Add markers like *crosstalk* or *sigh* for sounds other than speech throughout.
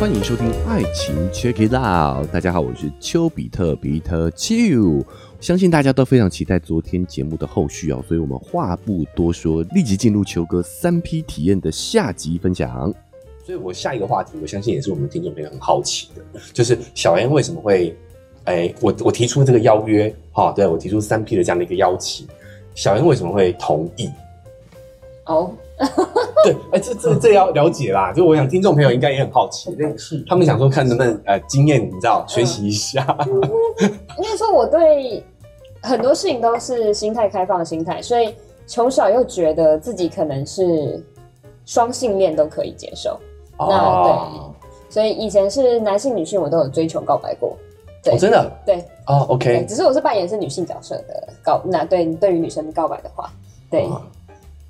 欢迎收听《爱情 Check It Out》。大家好，我是丘比特比特丘。相信大家都非常期待昨天节目的后续哦，所以我们话不多说，立即进入球哥三 P 体验的下集分享。所以我下一个话题，我相信也是我们听众朋友很好奇的，就是小安为什么会，哎，我 *laughs* 我提出这个邀约，哈、对我提出三 P 的这样的一个邀请，小安为什么会同意？哦，对，哎，这这这要了解啦，就我想听众朋友应该也很好 *laughs* 奇，那是他们想说看能不能呃经验，你知道学习一下，应该说我对很多事情都是心态开放的心态，所以从小又觉得自己可能是双性恋都可以接受，哦，所以以前是男性、女性我都有追求告白过。对，哦真的对哦对， ，OK，只是我是扮演是女性角色的告，那对对于女生告白的话，对，哦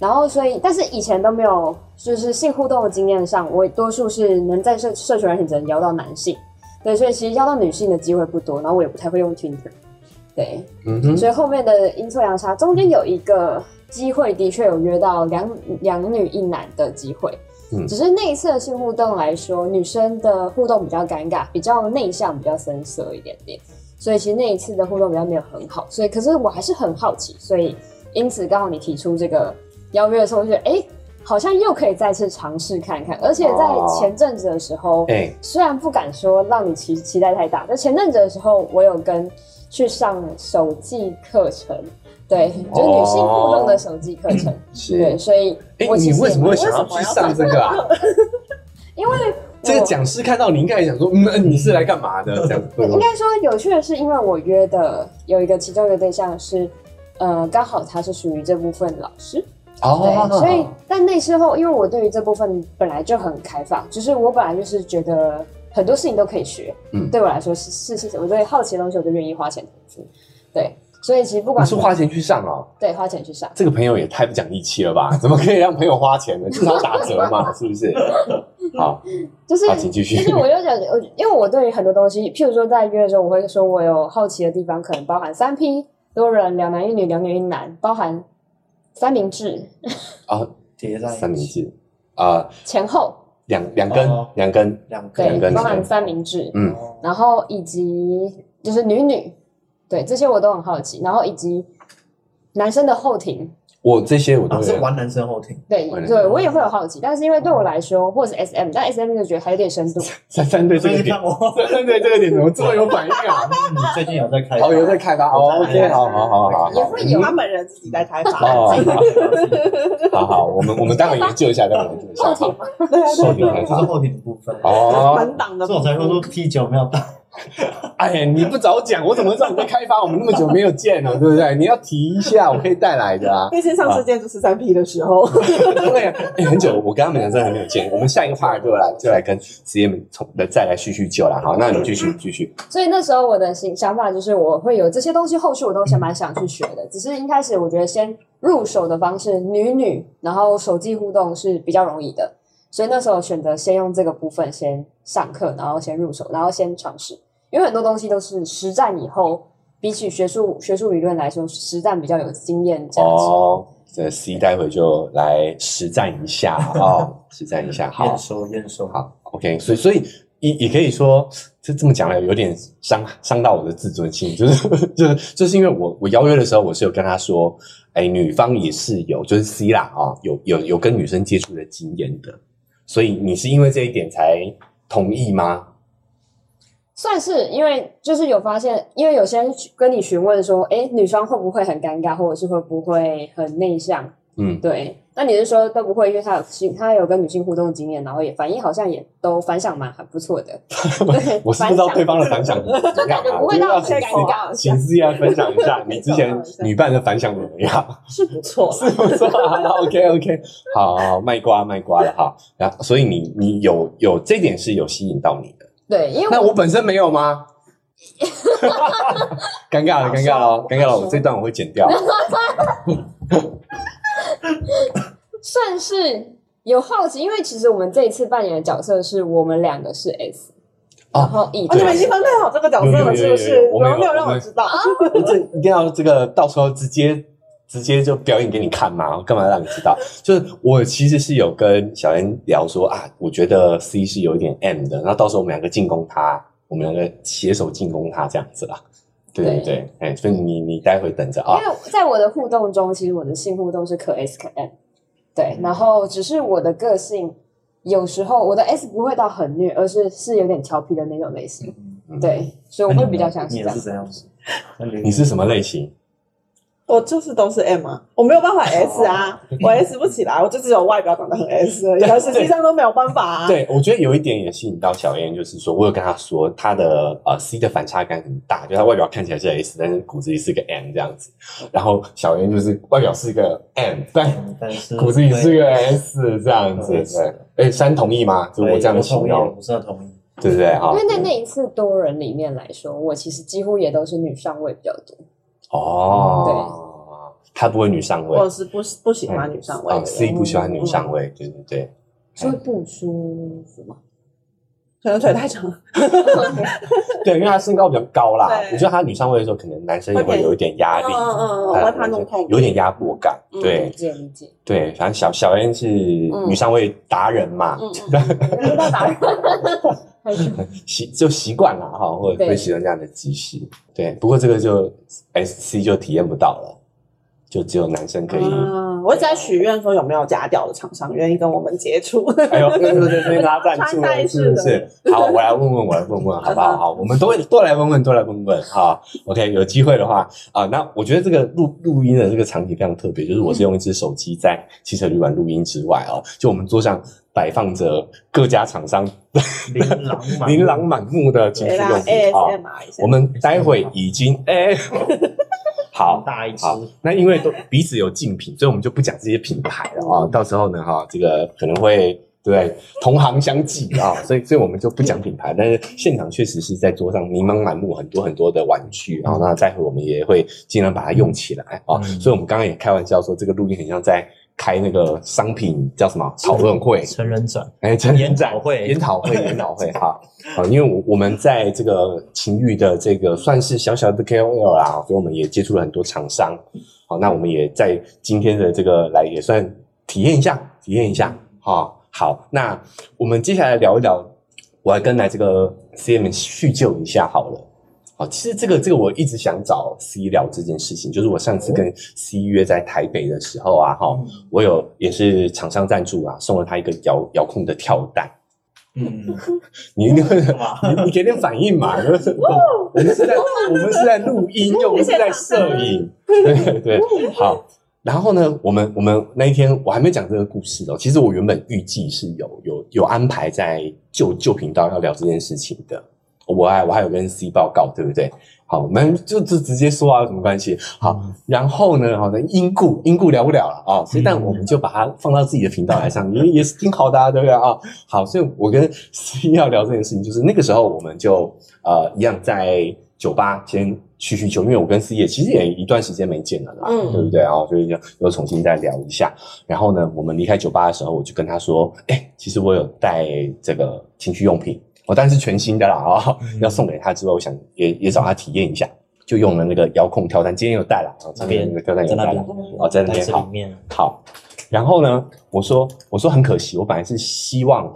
然后所以但是以前都没有，就是性互动的经验上，我多数是能在社社群软体只能邀到男性，对，所以其实邀到女性的机会不多，然后我也不太会用 Tinder，对，嗯哼，所以后面的阴错阳差，中间有一个机会，的确有约到两两女一男的机会。嗯只是那一次的性互动来说，女生的互动比较尴尬，比较内向，比较深色一点点，所以其实那一次的互动比较没有很好。所以，可是我还是很好奇，所以因此刚好你提出这个邀约的时候，我就觉得哎、诶好像又可以再次尝试看看。而且在哦前阵子的时候，哎，虽然不敢说让你期期待太大，但前阵子的时候，我有跟去上手技课程，对，哦就是女性互动的手技课程，对，是，所以哎我，嗯其你实为什么会也想要为去什么上这个啊？ *laughs* 因为 *laughs* 这个我讲师看到你应该也想说，嗯，你是来干 *laughs* 嘛的？这样子，对应该说有趣的是，因为我约的有一个其中一个对象是，呃，刚好他是属于这部分老师，哦，对，所以但那时候，因为我对于这部分本来就很开放，就是我本来就是觉得很多事情都可以学，嗯对我来说是是是，我对好奇的东西我就愿意花钱投资，对，所以其实不管你是花钱去上哦。对花钱去上，这个朋友也太不讲义气了吧？怎么可以让朋友花钱呢？至少打折 *laughs* 嘛，是不是？好，就是好，请继续就。是我就想，我因为我对于很多东西，譬如说在约的时候，我会说我有好奇的地方，可能包含三 P 多人两男一女两女一男，包含三明治啊，叠在一起三明治啊，前后，两两根哦，两根，两个对两个，包含三明治，嗯哦然后以及就是女女，对这些我都很好奇，然后以及男生的后庭，我这些我都啊是有。玩哦男生后庭，对完了对，我也会有好奇，但是因为对我来说，或者是 SM，但 SM 就觉得还有点深度，三三对这最个近点看，我，三三对这个点怎么这么有反应啊？嗯你最近有在开发？哦，有在开发哦，OK，好好好好也啊好。会有他本人自己在开发。嗯哦，对好好，我们我们待会研究一下，待会研究一后下。庭好嘛，啊后庭开就是发。后庭的部分。哦，门挡的这种才会说啤酒没有打，哎，你不早讲，我怎么知道你在开发？我们那么久没有见了，对不对？你要提一下，我可以带来的啊。那线上事件就是三 P 的时 *laughs* 候，对呀、哎，很久，我跟他们讲真的很没有见。我们下一个话题就来就来跟 CM 从来再来叙叙旧了。好，那你继续继续。所以那时候我的想想法就是，我会有这些东西，后续我都想蛮想去学的。只是一开始我觉得先入手的方式，女女，然后手机互动是比较容易的，所以那时候选择先用这个部分先上课，然后先入手，然后先尝试。因为很多东西都是实战以后，比起学术学术理论来说，实战比较有经验价值。哦，这 C 待会就来实战一下哦，实战一下。好验，收验收。好，OK。所以，所以也也可以说，这这么讲来有点伤伤到我的自尊心，就是就是就是因为我我邀约的时候，我是有跟他说，哎，女方也是有，就是 C 啦啊、哦，有有有跟女生接触的经验的，所以你是因为这一点才同意吗？算是，因为就是有发现，因为有些人跟你询问说，哎，女生会不会很尴尬，或者是会不会很内向？嗯，对，那你是说都不会，因为他有性，他有跟女性互动经验，然后也反应好像也都反响蛮还不 *laughs* 错的。对，我是不知道反响对方的反响怎么 *laughs* 样啊，不会 *laughs* 到请很尴尬请思怡来分享一下你之 *laughs* 前女伴的反响怎么样？是不错 *laughs* 啦。是不错，OK OK，好，好卖瓜卖瓜了哈。然后，所以你你有有这点是有吸引到你的，对，因为那我我本身没有吗？ *laughs* 尴尬了，尴尬了，尴尬了，我这段我会剪掉。算是有好奇，因为其实我们这一次扮演的角色是我们两个是 S，、哦然后以哦，你们已经分配好这个角色了，有有是不有有是？有我们有啊有没有让我知道？这一定要这个到时候直接直接就表演给你看嘛，干嘛让你知道？就是我其实是有跟小燕聊说啊，我觉得 C 是有一点 M 的，那到时候我们两个进攻他，我们两个携手进攻他这样子啦。对对对，哎、所以你你待会等着啊因。为在我的互动中，其实我的性互动是可 S 可 N，对，嗯然后只是我的个性有时候我的 S 不会到很虐，而是是有点调皮的那种类型，嗯，对，所以我会比较像是你这也样是。这样子，那你是什么类型？ *laughs* 我就是都是 M 啊，我没有办法 S 啊，我 S 不起来，我就只有外表长得很 S 而已，哦对但实际上都没有办法啊。，对，我觉得有一点也吸引到小燕，就是说我有跟她说，她的呃 C 的反差感很大，就她外表看起来是 S，但是骨子里是个 M 这样子。然后小燕就是外表是个 M，但嗯但是骨子里是个 S 这样子。对，哎，三同意吗？就对我这样的形同意，容，我是很同意。对不对？哈因，为在那一次多人里面来说，我其实几乎也都是女上位比较哎多。哦，她不会女上位我，是不不喜欢女上位嗯的人，C 不喜欢女上位，对对对。所以不舒服吗？可能腿太长了，对，因为她身高比较高啦，对我觉得她女上位的时候，可能男生也会有一点压力，嗯嗯呃嗯嗯哎把她弄痛有点压迫感，嗯对理。解理解。对，反正小小燕是女上位达人嘛，嗯嗯，不知道打人。习就习惯了哈，或者对会习惯这样的姿势。对，不过这个就 S C 就体验不到了，就只有男生可以。啊嗯，我一直在许愿说有没有假屌的厂商愿意跟我们接触。 *laughs* 哎呦，对对对对，拉赞助了是不是？好，我来问问，我来问问，好不好？好，我们都会多来问问，多来问问好 OK，有机会的话啊，那我觉得这个录录音的这个场景非常特别，就是我是用一只手机在汽车旅馆录音之外哦，就我们桌上摆放着各家厂商琳琅满目琳琅满目的情趣对啦用品啊。 ，ASMR 一下我。们待会已经哎，好好。大一只，好，那因为都彼此有竞品，所以我们就不讲这些品牌了啊、到时候呢，哈、这个可能会对同行相忌啊、所以所以我们就不讲品牌。但是现场确实是在桌上琳琅满目很多很多的玩具啊、那待会我们也会尽量把它用起来啊、嗯所以我们刚刚也开玩笑说，这个录音很像在开那个商品叫什么讨论会，成人展，哎，真的研讨会 *laughs* 研讨会，研讨会哈。好，因为我我们在这个情欲的这个算是小小的 KOL 啦，所以我们也接触了很多厂商。好，那我们也在今天的这个来也算体验一下，体验一下。好，好，那我们接下来聊一聊，我来跟来这个 CM 叙旧一下好了。好，其实这个这个我一直想找 C 聊这件事情，就是我上次跟 C 约在台北的时候啊，哈、我有也是厂商赞助啊，送了他一个遥遥控的跳蛋。嗯，你一定会，干 *laughs* 嘛？你你给点反应嘛？就是我们是在我们是在录音，又不是在摄影。对对，好。然后呢，我们我们那一天我还没讲这个故事哦。其实我原本预计是有有有安排在旧旧频道要聊这件事情的。我还我还有跟 C 报告，对不对？好，我们就就直接说啊，有什么关系？好，然后呢，好的，因故因故聊不了了啊、所以但我们就把它放到自己的频道来上，也也是挺好的、啊，对不对啊？好，所以我跟 *laughs* C 要聊这件事情，就是那个时候我们就呃一样在酒吧先叙叙旧，因为我跟 C 也其实也一段时间没见了啦，嗯对不对啊？所以就又重新再聊一下。然后呢，我们离开酒吧的时候，我就跟他说：“哎、其实我有带这个情趣用品，我当然是全新的啦啊、嗯要送给他之外，我想也也找他体验一下，就用了那个遥控跳蛋，今天有带了，啊，今天那个跳蛋有在带那了边，哦，在那边这里好， *laughs* 面，好，然后呢，我说我说很可惜，我本来是希望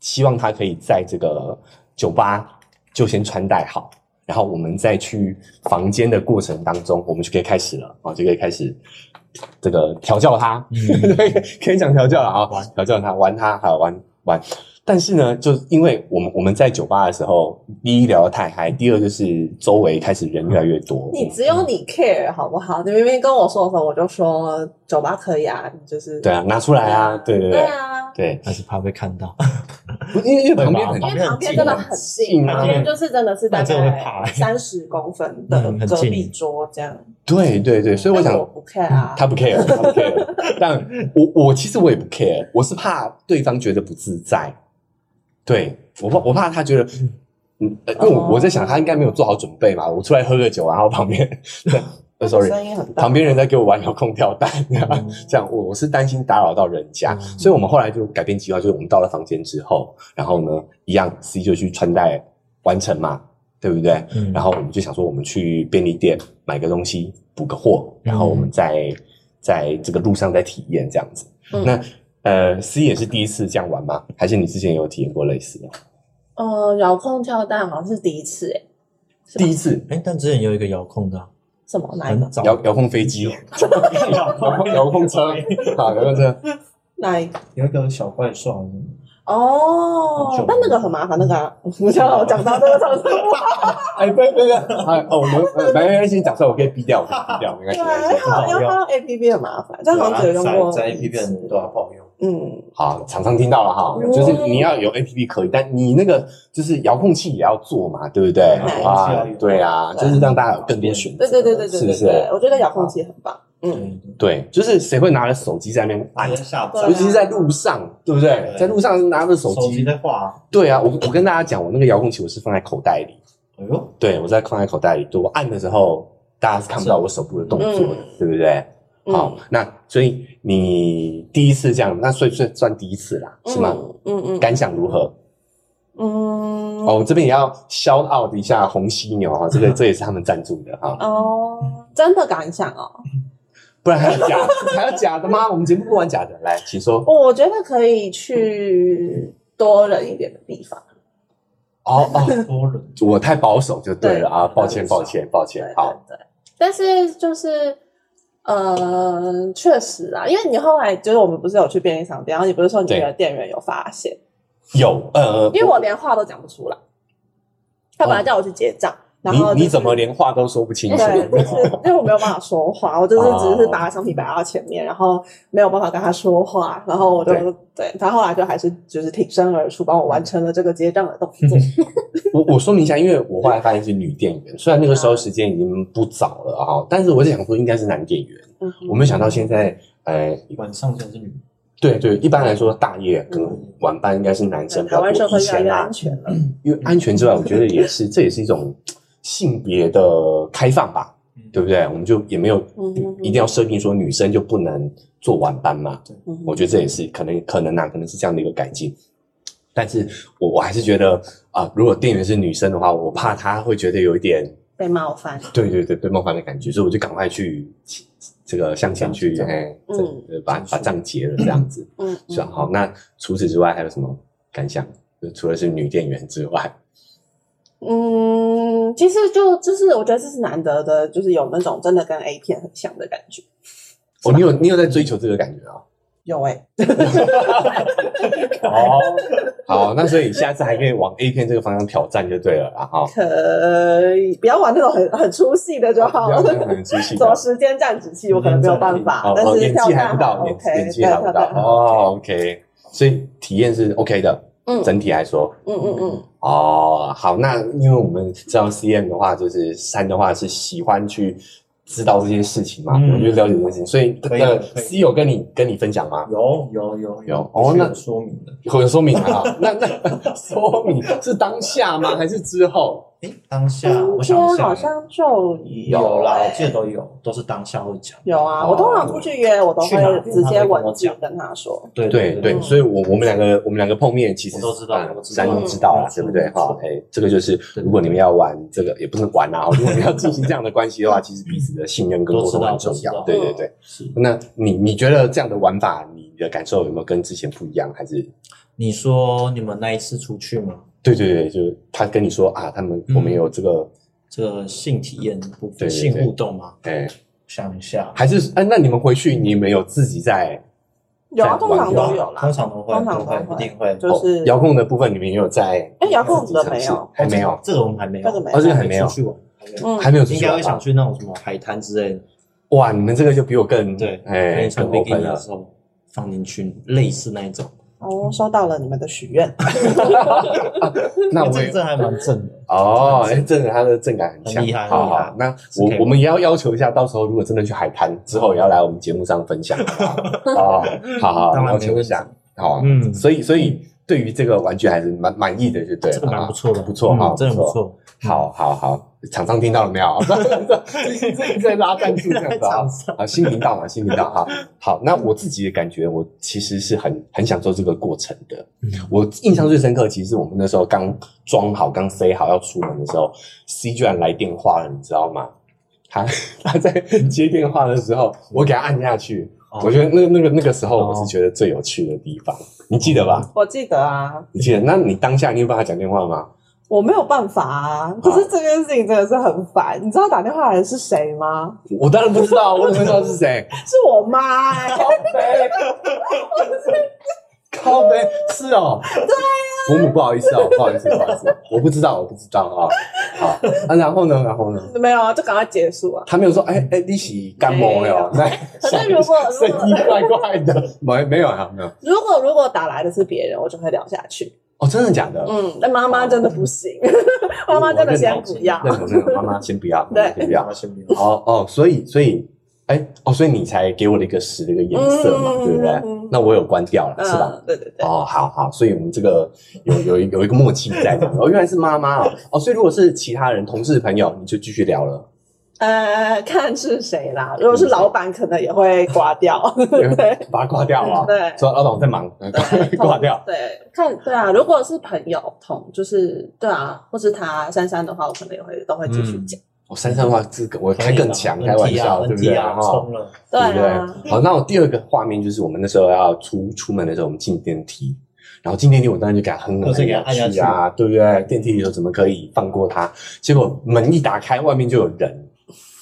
希望他可以在这个酒吧就先穿戴好，然后我们再去房间的过程当中，我们就可以开始了啊、哦就可以开始这个调教他，*laughs* 嗯对，可以讲调教了啊、玩调教他，玩他，好玩玩。但是呢，就因为我们我们在酒吧的时候，第一聊得太嗨，第二就是周围开始人越来越多，你只有你 care 好不好？你明明跟我说的时候，我就说呃酒吧可以啊，你就是对啊，拿出来啊，对对对对啊，对，但是怕被看到，不因为因为旁边很因为旁边真的很近，近啊旁边就是真的是大那真的会怕欸概三十公分的嗯很隔近壁桌这样。对对对，所以我但想我不 care 啊，他不 care，他不 care，但我我其实我也不 care，我是怕对方觉得不自在，对我怕我怕他觉得。嗯，呃因为我哦我在想，他应该没有做好准备嘛。我出来喝个酒，然后旁边，对呃，sorry，声音很大，旁边人在给我玩遥控跳蛋，这样嗯这样我我是担心打扰到人家，嗯所以我们后来就改变计划，就是我们到了房间之后，然后呢，一样 C 就去穿戴完成嘛，对不对？嗯然后我们就想说，我们去便利店买个东西，补个货，然后我们再在这个路上再体验这样子。嗯那呃，C 也是第一次这样玩吗？还是你之前有体验过类似的？呃，遥控跳蛋好像是第一次欸诶，是吧第一次哎，但之前有一个遥控的啊，什么哪一个很？早遥遥控飞 *laughs* 机，遥遥控遥控车，好，遥控车，哪一个？有一个小怪兽，哦很久，但那个很麻烦，那个啊我讲到我讲到这个上次不好，哎，不不不，哎哦，我们呃没没关系，你讲出来我可以逼掉，我可以逼掉，没关对系，啊，没关还系。好要放到 A P P 很麻烦，但好像只有用过啊在一 A P P 次很多不好用。嗯，好，厂商听到了哈，嗯就是你要有 A P P 可以，但你那个就是遥控器也要做嘛，对不对？啊遥对控器要有，对啊，对就是让大家有更多选择对。对对是对对不对是对，我觉得遥控器很棒，嗯，对，对，就是谁会拿着手机在那边按按？下对啊尤其是在路上，对不对？对在路上拿着手手机机，在画，对啊，我我跟大家讲，我那个遥控器我是放在口袋里，哎呦，对我在放在口袋里，对我按的时候，大家是看不到我手部的动作的，对不对？嗯好，，那所以你第一次这样，那所以算算第一次啦，是吗？嗯嗯感想如何？嗯哦，我这边也要 shout out 一下红犀牛 *laughs* 啊，这个这也是他们赞助的啊，哦，真的感想哦，不然还有 *laughs* 假还有假的吗？我们节目不玩假的，来，请说。我我觉得可以去多人一点的地方，哦哦，多人我太保守就对了啊，对抱歉抱歉抱对歉对，好，对，但是就是。呃，确实啊，因为你后来就是我们不是有去便利商店，然后你不是说你对的店员有发现，有呃，因为我连话都讲不出来。他本来叫我去结账，然后、哦你你怎么？连话都说不哦清楚？对，就是因为我没有办法说话，我就是只是把商品摆到啊前面，然后没有办法跟他说话，然后我就对对他后来就还是就是挺身而出，帮我完成了这个结账的动作。 *laughs* 我我说明一下，因为我后来发现是女店员，虽然那个时候时间已经不早了啊，但是我就想说应该是男店员， *laughs* 嗯我没想到现在呃，晚上全是女，对对，一般来说大夜跟晚班应该是男生比台较多，湾社会以越来前啊越安，全了，因为安全之外，我觉得也 *laughs* 是，这也是一种性别的开放吧，嗯对不对？我们就也没有嗯嗯嗯一定要设定说女生就不能做晚班嘛。嗯我觉得这也是可能可能啊，可能是这样的一个改进。但是我我还是觉得啊、如果店员是女生的话，我怕她会觉得有一点被冒犯。对对对被冒犯的感觉，所以我就赶快去这个向前去，这样哎，嗯这把把账结了这样子。嗯， *laughs* 是啊，好，那除此之外还有什么感想？就除了是女店员之外，嗯，其实就就是我觉得这是难得的，就是有那种真的跟 A 片很像的感觉。哦，你有你有在追求这个感觉啊？有哎、哦， *laughs* 好，那所以下次还可以往 A 片这个方向挑战就对了啦，哈。可以不要玩那种很很出戏的就好不。要这样很出戏啊 *laughs* 什么的。时间站止器，我可能没有办法哦，但哦，是演跳技还不蛋啊到，演 OK，演技对还不到跳蛋啊哦，OK，所以体验是 OK 的，嗯整体来说，嗯嗯嗯，哦，好，那因为我们知道 CM 的话，就是三的话是喜欢去知道这些事情嘛，嗯我就了解这些事情，所以可以呃的可以，C 有跟你跟你分享吗？有有有有哦是那有说明的。有说明啊，那那 *laughs* 说明是当下吗？还是之后？哎，当下今我想一天下好像就有哎啦，欸我记得都有，都是当下会讲。有啊，哦我通常出去约，我都去哪会边直接他都会跟文我字讲跟他说，对嗯对对，所以我我们两个我们两个碰面，其实我都知道呃我知道山东知道了，嗯对不对？哈，嗯哎，这个就是对如果你们要玩这个，也不是玩啊，如果你们要进行这样的关系的话，其实彼此的信任跟沟通很重都知道嗯要。都对知对道对，是那你你觉得这样的玩法，你的感受有没有跟之前不一样？还是你说你们那一次出去吗？对对对，就是他跟你说啊，他们嗯我们有这个，这个性体验的部对对对分，性互动吗？哎，想一下，还是哎，那你们回去你们有自己在有啊，在通常玩都吗有啦通。常都会，通常都都会，会一定会。就哦是遥控的部分，你们也有在？哎遥控的自己尝试没有还没有哦，这个我们还没有，这个没有哦这个还没有出去玩，还没有嗯还没有出应去该玩会想吧？去那种什么海滩之类的。哇，你们这个就比我更对，可哎，以更穿比基 open 尼的了。时候放进去，类似那一种。哦，收到了你们的许愿，那我这也个这还蛮正的，哦，哎，真的，他的震感很强，很厉害好很厉好害，那是可我以玩我们也要要求一下，到时候如果真的去海滩之后，也要来我们节目上 *laughs* 分享，好不好哦好好，当然要没求一问题下，好，嗯所以所以对于这个玩具还是蛮满意的，就对了，啊这个蛮不错的，不错哈，嗯真的不不错，错。好好好，厂商听到了没 *laughs* 有？ *laughs* 这在拉赞助这样子啊厂商，啊，新频道嘛，新频道哈。好，那我自己的感觉，我其实是很很享受这个过程的。我印象最深刻，其实我们那时候刚装好、刚塞好要出门的时候，C 居然来电话了，你知道吗？他他在接电话的时候，我给他按下去。哦我觉得那那个那个时候，我是觉得最有趣的地方，你记得吧？ *laughs* 我记得啊，你记得？那你当下你有办法讲电话吗？我没有办法啊。可是这件事情真的是很烦，你知道打电话来的是谁吗？ *laughs* 我当然不知道，我怎么知道是谁？是我妈、 *laughs* 欸。靠呗，是哦，对啊呀、伯母不好意思哦，不好意思，不好意思，我不知道，我不知道啊、好啊，然后呢，然后呢，没有啊，就赶快结束啊！他没有说，哎、哎、你是感冒了哦？那可是如 *laughs* 果声音怪怪的，没没有啊，没有。如果如果打来的是别人，我就会聊下去。哦，真的假的？嗯，但妈妈真的不行，哦妈妈真的先不要。认同认同，妈妈先不要，对妈妈先不要。先不要哦哦，所以所以，哎、哦，所以你才给我了一个十的一个颜色嘛，嗯对不对？那我有关掉了，是吧？嗯，对对对，哦，好好，所以我们这个有有有一个默契在这样。哦，原来是妈妈哦，哦，所以如果是其他人、同事、朋友，你就继续聊了。呃，看是谁啦。如果是老板，可能也会刮掉。对，把它挂掉啊！对说老板我在忙，呃 *laughs* 挂 *laughs* 挂掉。对，看对啊。如果是朋友同，就是对啊，或是他珊珊的话，我可能也会都会继续讲。我哦三三话这个我开更强，开玩笑，对不哦对？啊，哈，冲了，对对不啊，对？好，那我第二个画面就是我们那时候要出出门的时候，我们进电梯，然后进电梯我当然就给他哼了，就是给他按下去啊，对不对？电梯里头怎么可以放过他？结果门一打开，外面就有人。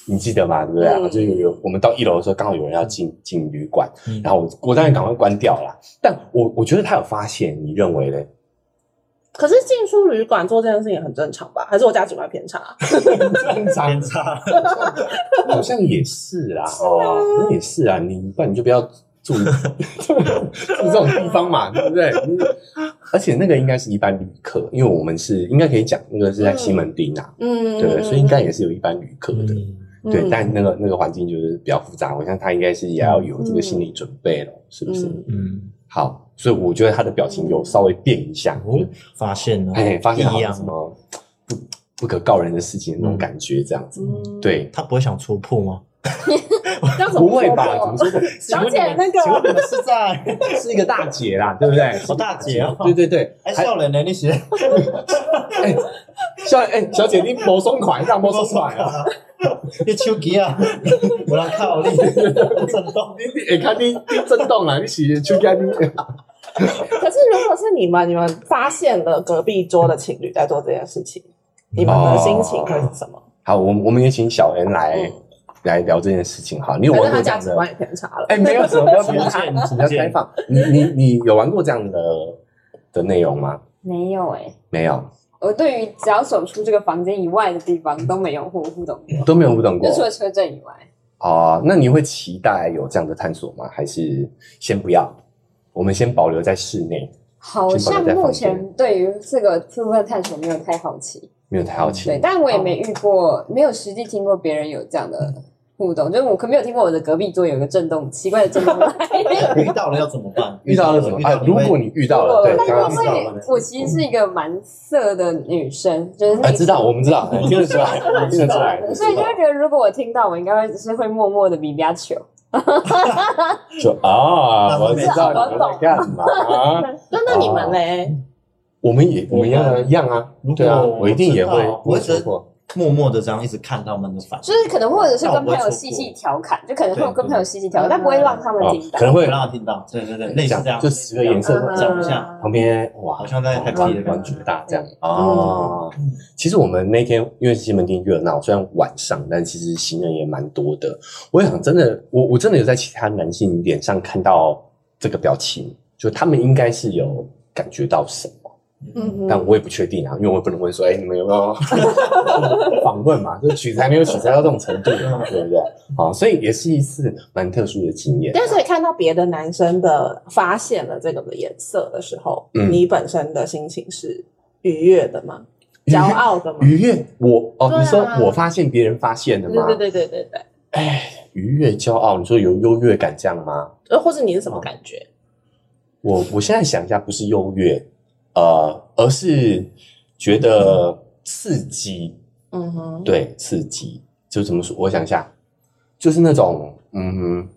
你记得吗？对不对？嗯就有有我们到一楼的时候，刚好有人要进进旅馆，嗯然后我我当然赶快关掉啦。但我我觉得他有发现，你认为嘞？ *laughs* 可是进出旅馆做这件事情很正常吧？还是我价值观偏差？正常偏差，好像也是啦，哦，那也是啊，你不然你就不要住 *laughs* 住这种地方嘛，对不对？你而且那个应该是一般旅客，因为我们是应该可以讲那个是在西门町啊，嗯，对不对，所以应该也是有一般旅客的，嗯对，但那个那个环境就是比较复杂，我想他应该是也要有这个心理准备了，是不是？嗯嗯，好，所以我觉得他的表情有稍微变一下，就哦嗯是，发现了，哎，发现好异像什样，么不不可告人的事情的那嗯种感觉，这样子，对。他不会想戳破吗？要嗯怎么不会吧？戳怎破么说不？小姐那请问你个们是在是一个大姐啦，对不对？哦大姐哦对对对，哎，还笑脸呢？你写哎小哎小姐，你某松款，让某松款啊！ *laughs* 啊，你手机啊，我来靠你，震动，你你哎，看你你震动了，你是去干你可是如果是你们，你们发现了隔壁桌的情侣在做这件事情，你们的心情会是什么？ *laughs* 好，我们我们也请小恩来嗯来聊这件事情哈。你有反玩过哦正他这价样值的？观也偏差了。哎，没有什么，不要逐偏袒渐比逐较开渐，放。你你你有玩过这样的的内容吗？没有哎、没有，我对于只要走出这个房间以外的地方都没有互互动过，都没有互动过就。除了车震以外，哦，那你会期待有这样的探索吗？还是先不要？我们先保留在室内，好像目前对于这个部分探索没有太好奇。没有太好奇。对，但我也没遇过，没有实际听过别人有这样的互动，就是我可没有听过我的隔壁桌有一个震动，奇怪的 *laughs* 震动来。遇到了要怎么办？遇到了什么遇啊到？如果你遇到了，对，但刚刚因遇到为了。我其实是一个蛮色的女生，就是那啊，个知道，我们知道，哎听得出来，听得出来，所以就会觉得，如果我听到，我应该会是会默默的比比较糗。就啊，我知道我你们在懂干嘛。那那你们嘞？我们也我们一样一样啊如，果对啊，我我一定也会知道，我会觉得过。默默的这样一直看他们的反应，就是可能或者是但我跟不会朋友错细细过调侃，就可能会有对跟朋友细细调侃，对但不会让他们嗯哦听到可。能不会让他听到，对对对，类似讲这样，就十个颜色类似这样讲一下，旁边哇，好像在哦太玩皮了玩主大这样嗯哦嗯。其实我们那天因为西门町热闹，虽然晚上，但其实行人也蛮多的。我想真的，我我真的有在其他男性脸上看到这个表情，就他们应该是有感觉到什么。嗯哼但我也不确定啊，因为我也不能问说，哎、你们有没 *laughs* 有访问嘛？就是取材没有取材到这种程度，嗯对不对？好，所以也是一次蛮特殊的经验。但是你看到别的男生的发现了这个的颜色的时候，嗯你本身的心情是愉悦的吗？愉悦骄傲的吗？愉悦，我哦，对啊你说我发现别人发现的对吗？对对对对对，哎，愉悦、骄傲，你说有优越感这样吗？呃，或者你是什么感觉？我我现在想一下，不是优越，呃，而是觉得自己嗯哼，对，刺激，就怎么说？我想一下，就是那种，嗯哼，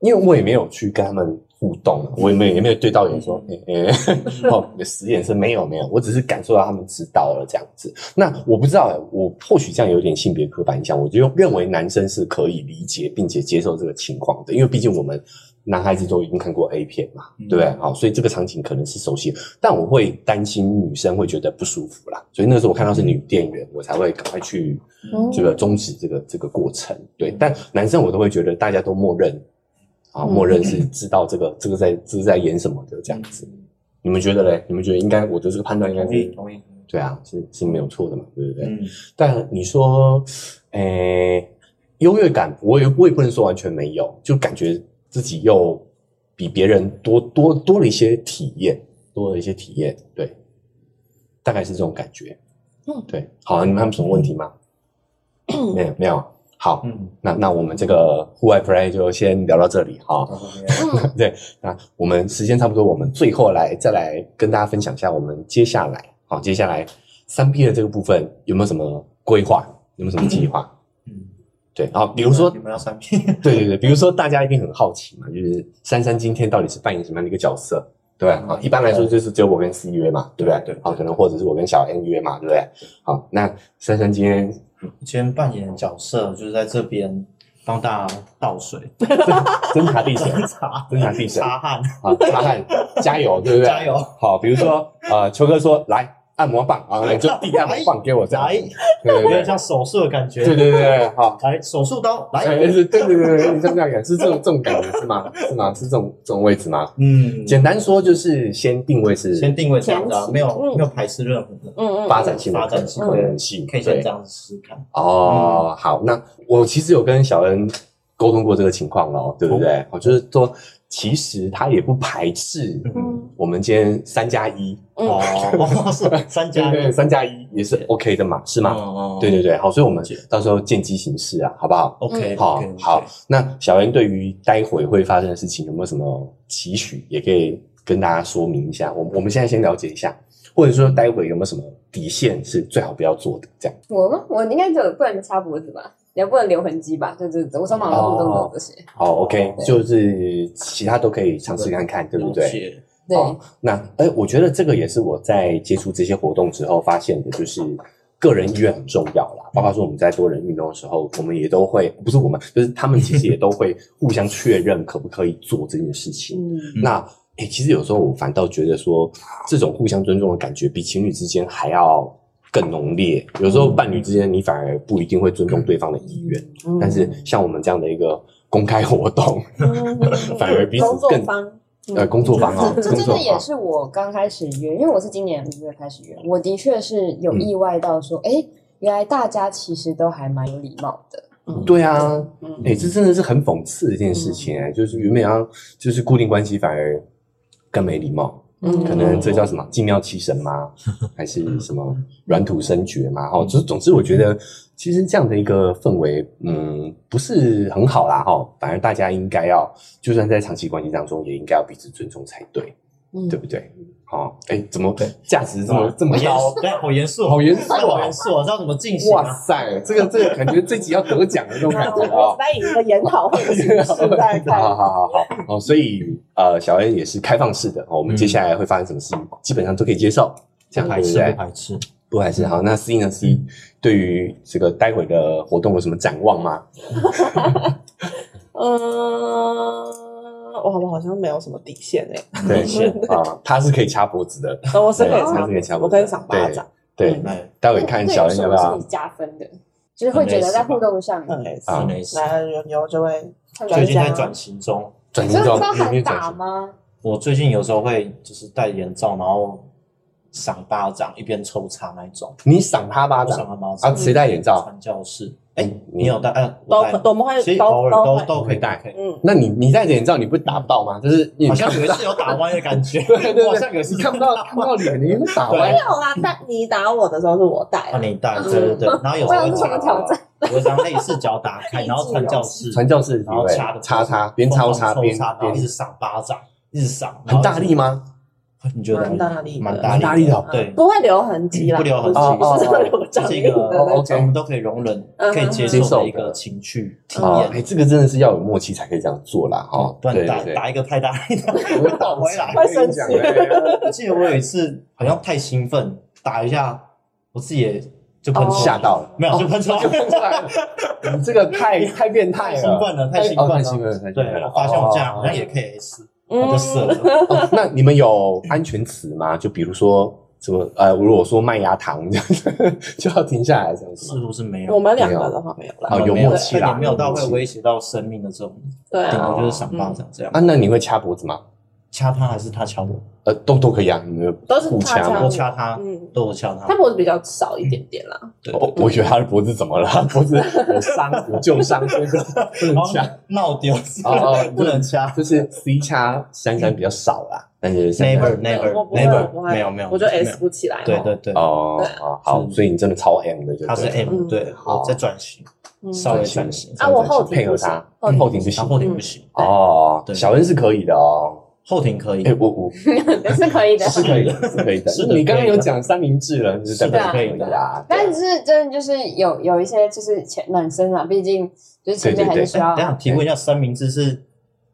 因为我也没有去跟他们互动，啊我也没有也没有对到眼说，诶、诶， *laughs* 哦，使眼色没有没有，我只是感受到他们知道了这样子。那我不知道、我或许这样有点性别刻板印象，我就认为男生是可以理解并且接受这个情况的，因为毕竟我们。男孩子都已经看过 A 片嘛，嗯对不对？好，所以这个场景可能是熟悉的，但我会担心女生会觉得不舒服啦。所以那时候我看到是女店员，我才会赶快去嗯这个终止这个这个过程。对，但男生我都会觉得大家都默认啊，默认是知道这个这个在这个在演什么的这样子。你们觉得嘞？你们觉得应该我的这个判断应该同意是同意，对啊，是是没有错的嘛，对不对？嗯，但你说，诶、优越感，我也我也不能说完全没有，就感觉自己又比别人多多多了一些体验，多了一些体验，对，大概是这种感觉。嗯对，好，你们还有什么问题吗？没有，没有。好，嗯，那那我们这个户外 play 就先聊到这里哈。到这边嗯那啊我们时间差不多，我们最后来再来跟大家分享一下我们接下来，好，接下来三 B 的这个部分有没有什么规划，有没有什么计划？嗯，对，然 *laughs* 后比如说你，们要三批， *laughs* 对对对，比如说大家一定很好奇嘛，就是珊珊今天到底是扮演什么样的一个角色，对吧？啊好，一般来说就是只有我跟 C 约嘛，对不对？对对对好，可能或者是我跟小 N 约嘛，对不对？好，那珊珊今天今天扮演角色就是在这边帮大家倒水、 *laughs* 侦查地神，擦侦查地神，擦汗，好，擦汗，加油，对不对？加油！好，比如说呃，球哥说来按摩棒啊，你就递按摩棒给我这样啊来子，，对 *laughs* 对有点对，像手术的感觉。对对对对，好。来手术刀，来，哎，是，对对对对，你像这样感，是这种这种感觉是吗？是吗？是这种这种位置吗？嗯，简单说就是先定位是先定位这样子啊前，期没有嗯没有排斥任何的，嗯 *laughs* 嗯，发展性的发展性嗯可能性，可以先对这样子嗯试试看。哦，好，那我其实有跟小恩沟通过这个情况咯，对不哦对？我就是说，其实他也不排斥嗯我们今天三加一，嗯哦， *laughs* 是三对加对，一，三加一也是对 OK 的嘛，是吗？哦对对对，好，所以我们了解到时候见机行事啊，好不好？ ，OK，好好，，那小恩对于待会会发生的事情有没有什么期许，也可以跟大家说明一下。我我们现在先了解一下，或者说待会有没有什么底线是最好不要做的，这样。我吗？我应该就不能掐脖子吧，也不能留痕迹吧，就这我说忙的互动都这些。好，OK，哦对就是其他都可以尝试看看，对不对？对？对，好，那哎、我觉得这个也是我在接触这些活动之后发现的，就是个人意愿很重要啦。包括说我们在多人运动的时候，我们也都会，不是我们，就是他们其实也都会互相确认可不可以做这件事情。嗯，那哎、其实有时候我反倒觉得说，这种互相尊重的感觉比情侣之间还要更浓烈。有时候嗯伴侣之间，你反而不一定会尊重对方的意愿。嗯但是像我们这样的一个公开活动，嗯嗯反而彼此工作更方呃，工作坊啊，嗯这工真作的也坊，是我刚开始约，因为我是今年五月开始约，我的确是有意外到说，嗯哎、原来大家其实都还蛮有礼貌的。对啊，嗯哎、这真的是很讽刺的一件事嗯情哎、就是原本要就是固定关系，反而更没礼貌，嗯可能这叫什么“进尿其神” *laughs* 吗？还是什么嗯软土生绝吗？哦，就是总之，我觉得其实这样的一个氛围，嗯，不是很好啦哈、哦。反而大家应该要，就算在长期关系当中，也应该要彼此尊重才对，嗯对不对？哦，哎、怎么对价值这么这么好严高肃？对，好严肃，好严肃啊好严肃啊，知道怎么进行哇啊？塞，这个这个感觉这集要得奖的那种感 *laughs* 觉我啊！在以一个研讨 *laughs* 会的形式在好好看，好好好哦，所以呃，小 N 也是开放式的哦，我们嗯接下来会发生什么事情，基本上都可以接受，这样对不排不斥对不？排斥，不还嗯是好，那 C 呢？C 对于这个待会的活动有什么展望吗？嗯，我我好像没有什么底线哎，对是啊，他是可以掐脖子的，我是可以对他是可以长，掐我脖可子以的，赏巴掌，对，对，来，待会看小 N 要不那个手要是加分的，就是会觉得在互动上，很类似。啊是类似。来有有就会很转最一近下在转型中，转所型以到知道里喊面转打型？吗？我最近有时候会就是戴眼罩，然后赏巴掌，一边抽插那一种。你赏他巴我赏掌他巴掌啊？谁戴眼罩？传教士，哎你有戴？哎，都我戴可我们其会实都偶尔都都会，都可以戴戴，可以嗯，那你你戴着眼罩，你不打不到吗？就是你好像看有不一到次有打弯的感 *laughs* 觉，对对对，我好像有一次你看不到看不到脸，你会打歪没。有啦，但你打我的时候是我带啊，啊，你戴，对对对，然后有时候我想会是什么挑战？ *laughs* 有一张类似脚打开，然后传教士，传教士体然后位，插的插插边抽插插边然后一边直赏巴掌，一直赏，很大力吗？你觉得蛮大力的嗯蛮蛮大力力的哦 *laughs* 对，不会留痕迹啦，不留痕迹不是哦哦哦那种这张是一力的个那哦种。 ，OK 我们都可以容忍、嗯可以接接受受的的一个情趣体哦，验。哎，这个真的是要有默契才可以这样做啦，哦，不对然打对对，打一个太大力的，我 *laughs* 会倒回来会生气我跟你讲哎我记得我有一次好像太兴奋，打一下我自己也就喷哦出来吓到了，没有就喷出来，就喷出来了， *laughs* 你这个太太变态太了，兴奋了，太兴哦太奋兴了。奋了，太兴对奋，了。我发现我这哦样好像也可以 S，我就射嗯， *laughs* 了。哦那你们有安全词吗？就比如说什么呃，如果说麦芽糖这样子， *laughs* 就要停下来这样子似吗。乎是没有，我们两个的话没有啦哦，有没有默契啦但也没有到有默会契威胁到生命的这种，对顶啊，多就是赏巴掌这样啊，。那你会掐脖子吗？掐他还是他掐我？呃，都都可以啊，你们有都是互他掐掐吗我？掐他，嗯，都我掐他他。脖子比较少一点点啦，对我我以为他的脖子怎么了？他脖子有伤，有旧伤，所以不 *laughs* 不能掐。闹丢，哦哦不能掐。就是 C 掐珊珊比较少啦，但是珊 Never 珊 never 我不会 never，我不会没有没有，我就没有 S 不起来。对对对，哦哦好，是所以你真的超 M 的，就他是对了 M，嗯对，好我在转型，嗯稍微转型。啊我后庭配合不行他，后庭嗯后庭不他行后庭不行，哦，对小恩是可以的哦。后庭可以哎，，我我是可以的。是可以 *laughs* 的，是可以的。是的你刚刚有讲三明治了，就是代表是的可以的啦。但是真的就是有有一些就是前男生啊，毕竟就是前面还是需哎要等一下提问一下，三明治是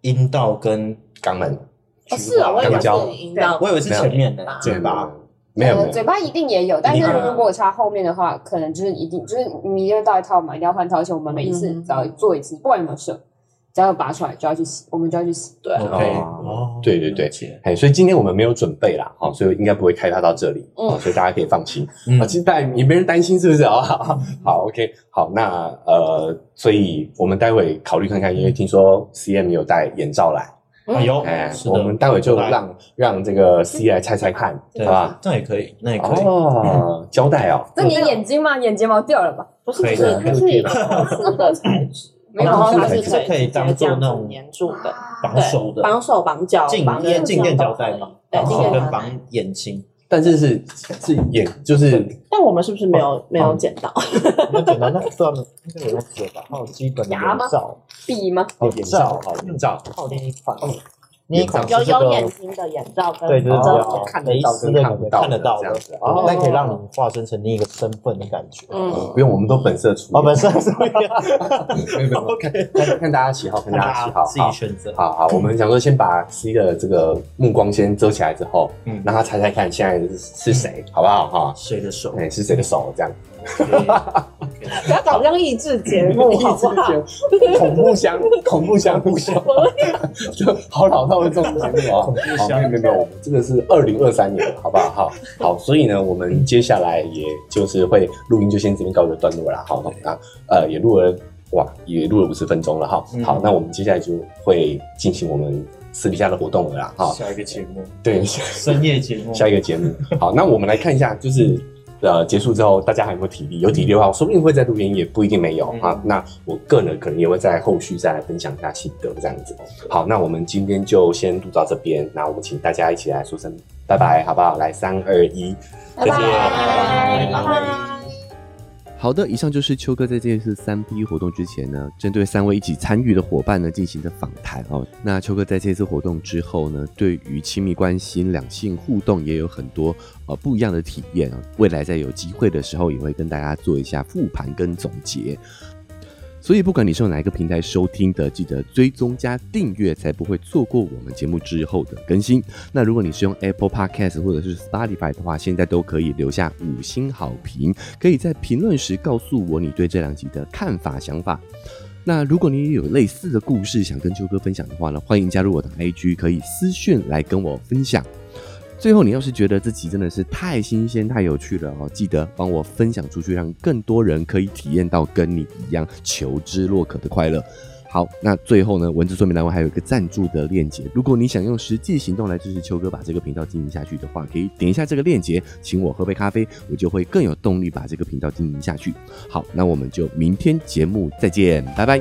阴道跟肛门哦是啊，我以为香是蕉阴道，我以为是前面的没有嘴巴，嗯没有没呃有嘴巴一定也有，但是一定有如果插后面的话，可能就是一定就是你要戴套嘛，一定要换套，而且我们每一次嗯只要做一次，不管有没有射，只要有拔出来就要去洗，我们就要去洗。对， ，OK，哦对对对了解哎，所以今天我们没有准备啦，好，所以应该不会开发到这里，嗯哦，所以大家可以放心。嗯啊，其实大家也没人担心，是不是啊？ *laughs* 好好，OK，好，那呃，所以我们待会考虑看看，因为听说 CM 有戴眼罩来，哎呦哎，，是的我们待会就来让让这个 C 来猜猜看，对好吧？这样也可以，那也可以，啊哦，胶带哦，这你眼睛嘛，眼睫毛掉了吧？不可是不以是，的它是一个特殊的材 *laughs* 质，没有然后它是是可以直接当做这样子那种粘住 *laughs* 的，绑手的，绑手绑脚静绑电眼静电都胶带可以嘛，对，啊静手电跟胶带。绑眼睛，但是是是眼就是但我们是不是没有没有剪到？那简单，那算了，那有用纸吧，还有基本的牙吗眼罩，笔吗？哦，眼罩，好眼罩，还有另一款哦，另一款有是这有个眼睛的眼罩跟对，就是遮这住样看得到跟蕾丝看的感不觉到看得到这的样子，哦哦那可以让你化身成另一个身份的感觉。嗯，不用，我们都本色出哦，演本身 *laughs* 是不一样，没有没有没有看看大家喜好，看大家喜好，自己好选择。好好，我们想说先把 C 的这个目光先遮起来之后，嗯，让他猜猜看现在是是谁，好不好哈？谁的手？哎，是谁的手这样？不要搞这 *laughs* 样益智节哦目好不啊好？恐怖箱，恐怖箱，恐怖 *laughs* 箱，就好老套的综艺节目啊！恐怖好，箱没有没有没有，我们这个是二零二三年了，好不好？好，好，所以呢，我们接下来也就是会录音，就先这边告一个段落啦。好，那呃也录了，哇，也录了五十分钟了哈。嗯好，那我们接下来就会进行我们私底下的活动了啦。哈，下一个节目，对，深夜节目，下一个节目。好，那我们来看一下，就是呃结束之后大家还有没有体力？有体力的话，我说不定会在录音，也不一定没有、嗯啊。那我个人可能也会在后续再来分享一下心得这样子。好，那我们今天就先录到这边，那我们请大家一起来说声拜拜，好不好？来，三二一，再见。拜拜。好的，以上就是秋哥在这次三 P 活动之前呢，针对三位一起参与的伙伴呢进行的访谈哦。那秋哥在这次活动之后呢，对于亲密关系、两性互动也有很多呃不一样的体验啊。未来在有机会的时候，也会跟大家做一下复盘跟总结。所以，不管你是用哪一个平台收听的，记得追踪加订阅，才不会错过我们节目之后的更新。那如果你是用 Apple Podcast 或者是 Spotify 的话，现在都可以留下五星好评，可以在评论时告诉我你对这两集的看法、想法。那如果你也有类似的故事想跟秋哥分享的话呢，欢迎加入我的 IG，可以私讯来跟我分享。最后，你要是觉得自己真的是太新鲜、太有趣了哦，记得帮我分享出去，让更多人可以体验到跟你一样求知若渴的快乐。好，那最后呢，文字说明栏位还有一个赞助的链接。如果你想用实际行动来支持秋哥把这个频道经营下去的话，可以点一下这个链接，请我喝杯咖啡，我就会更有动力把这个频道经营下去。好，那我们就明天节目再见，拜拜。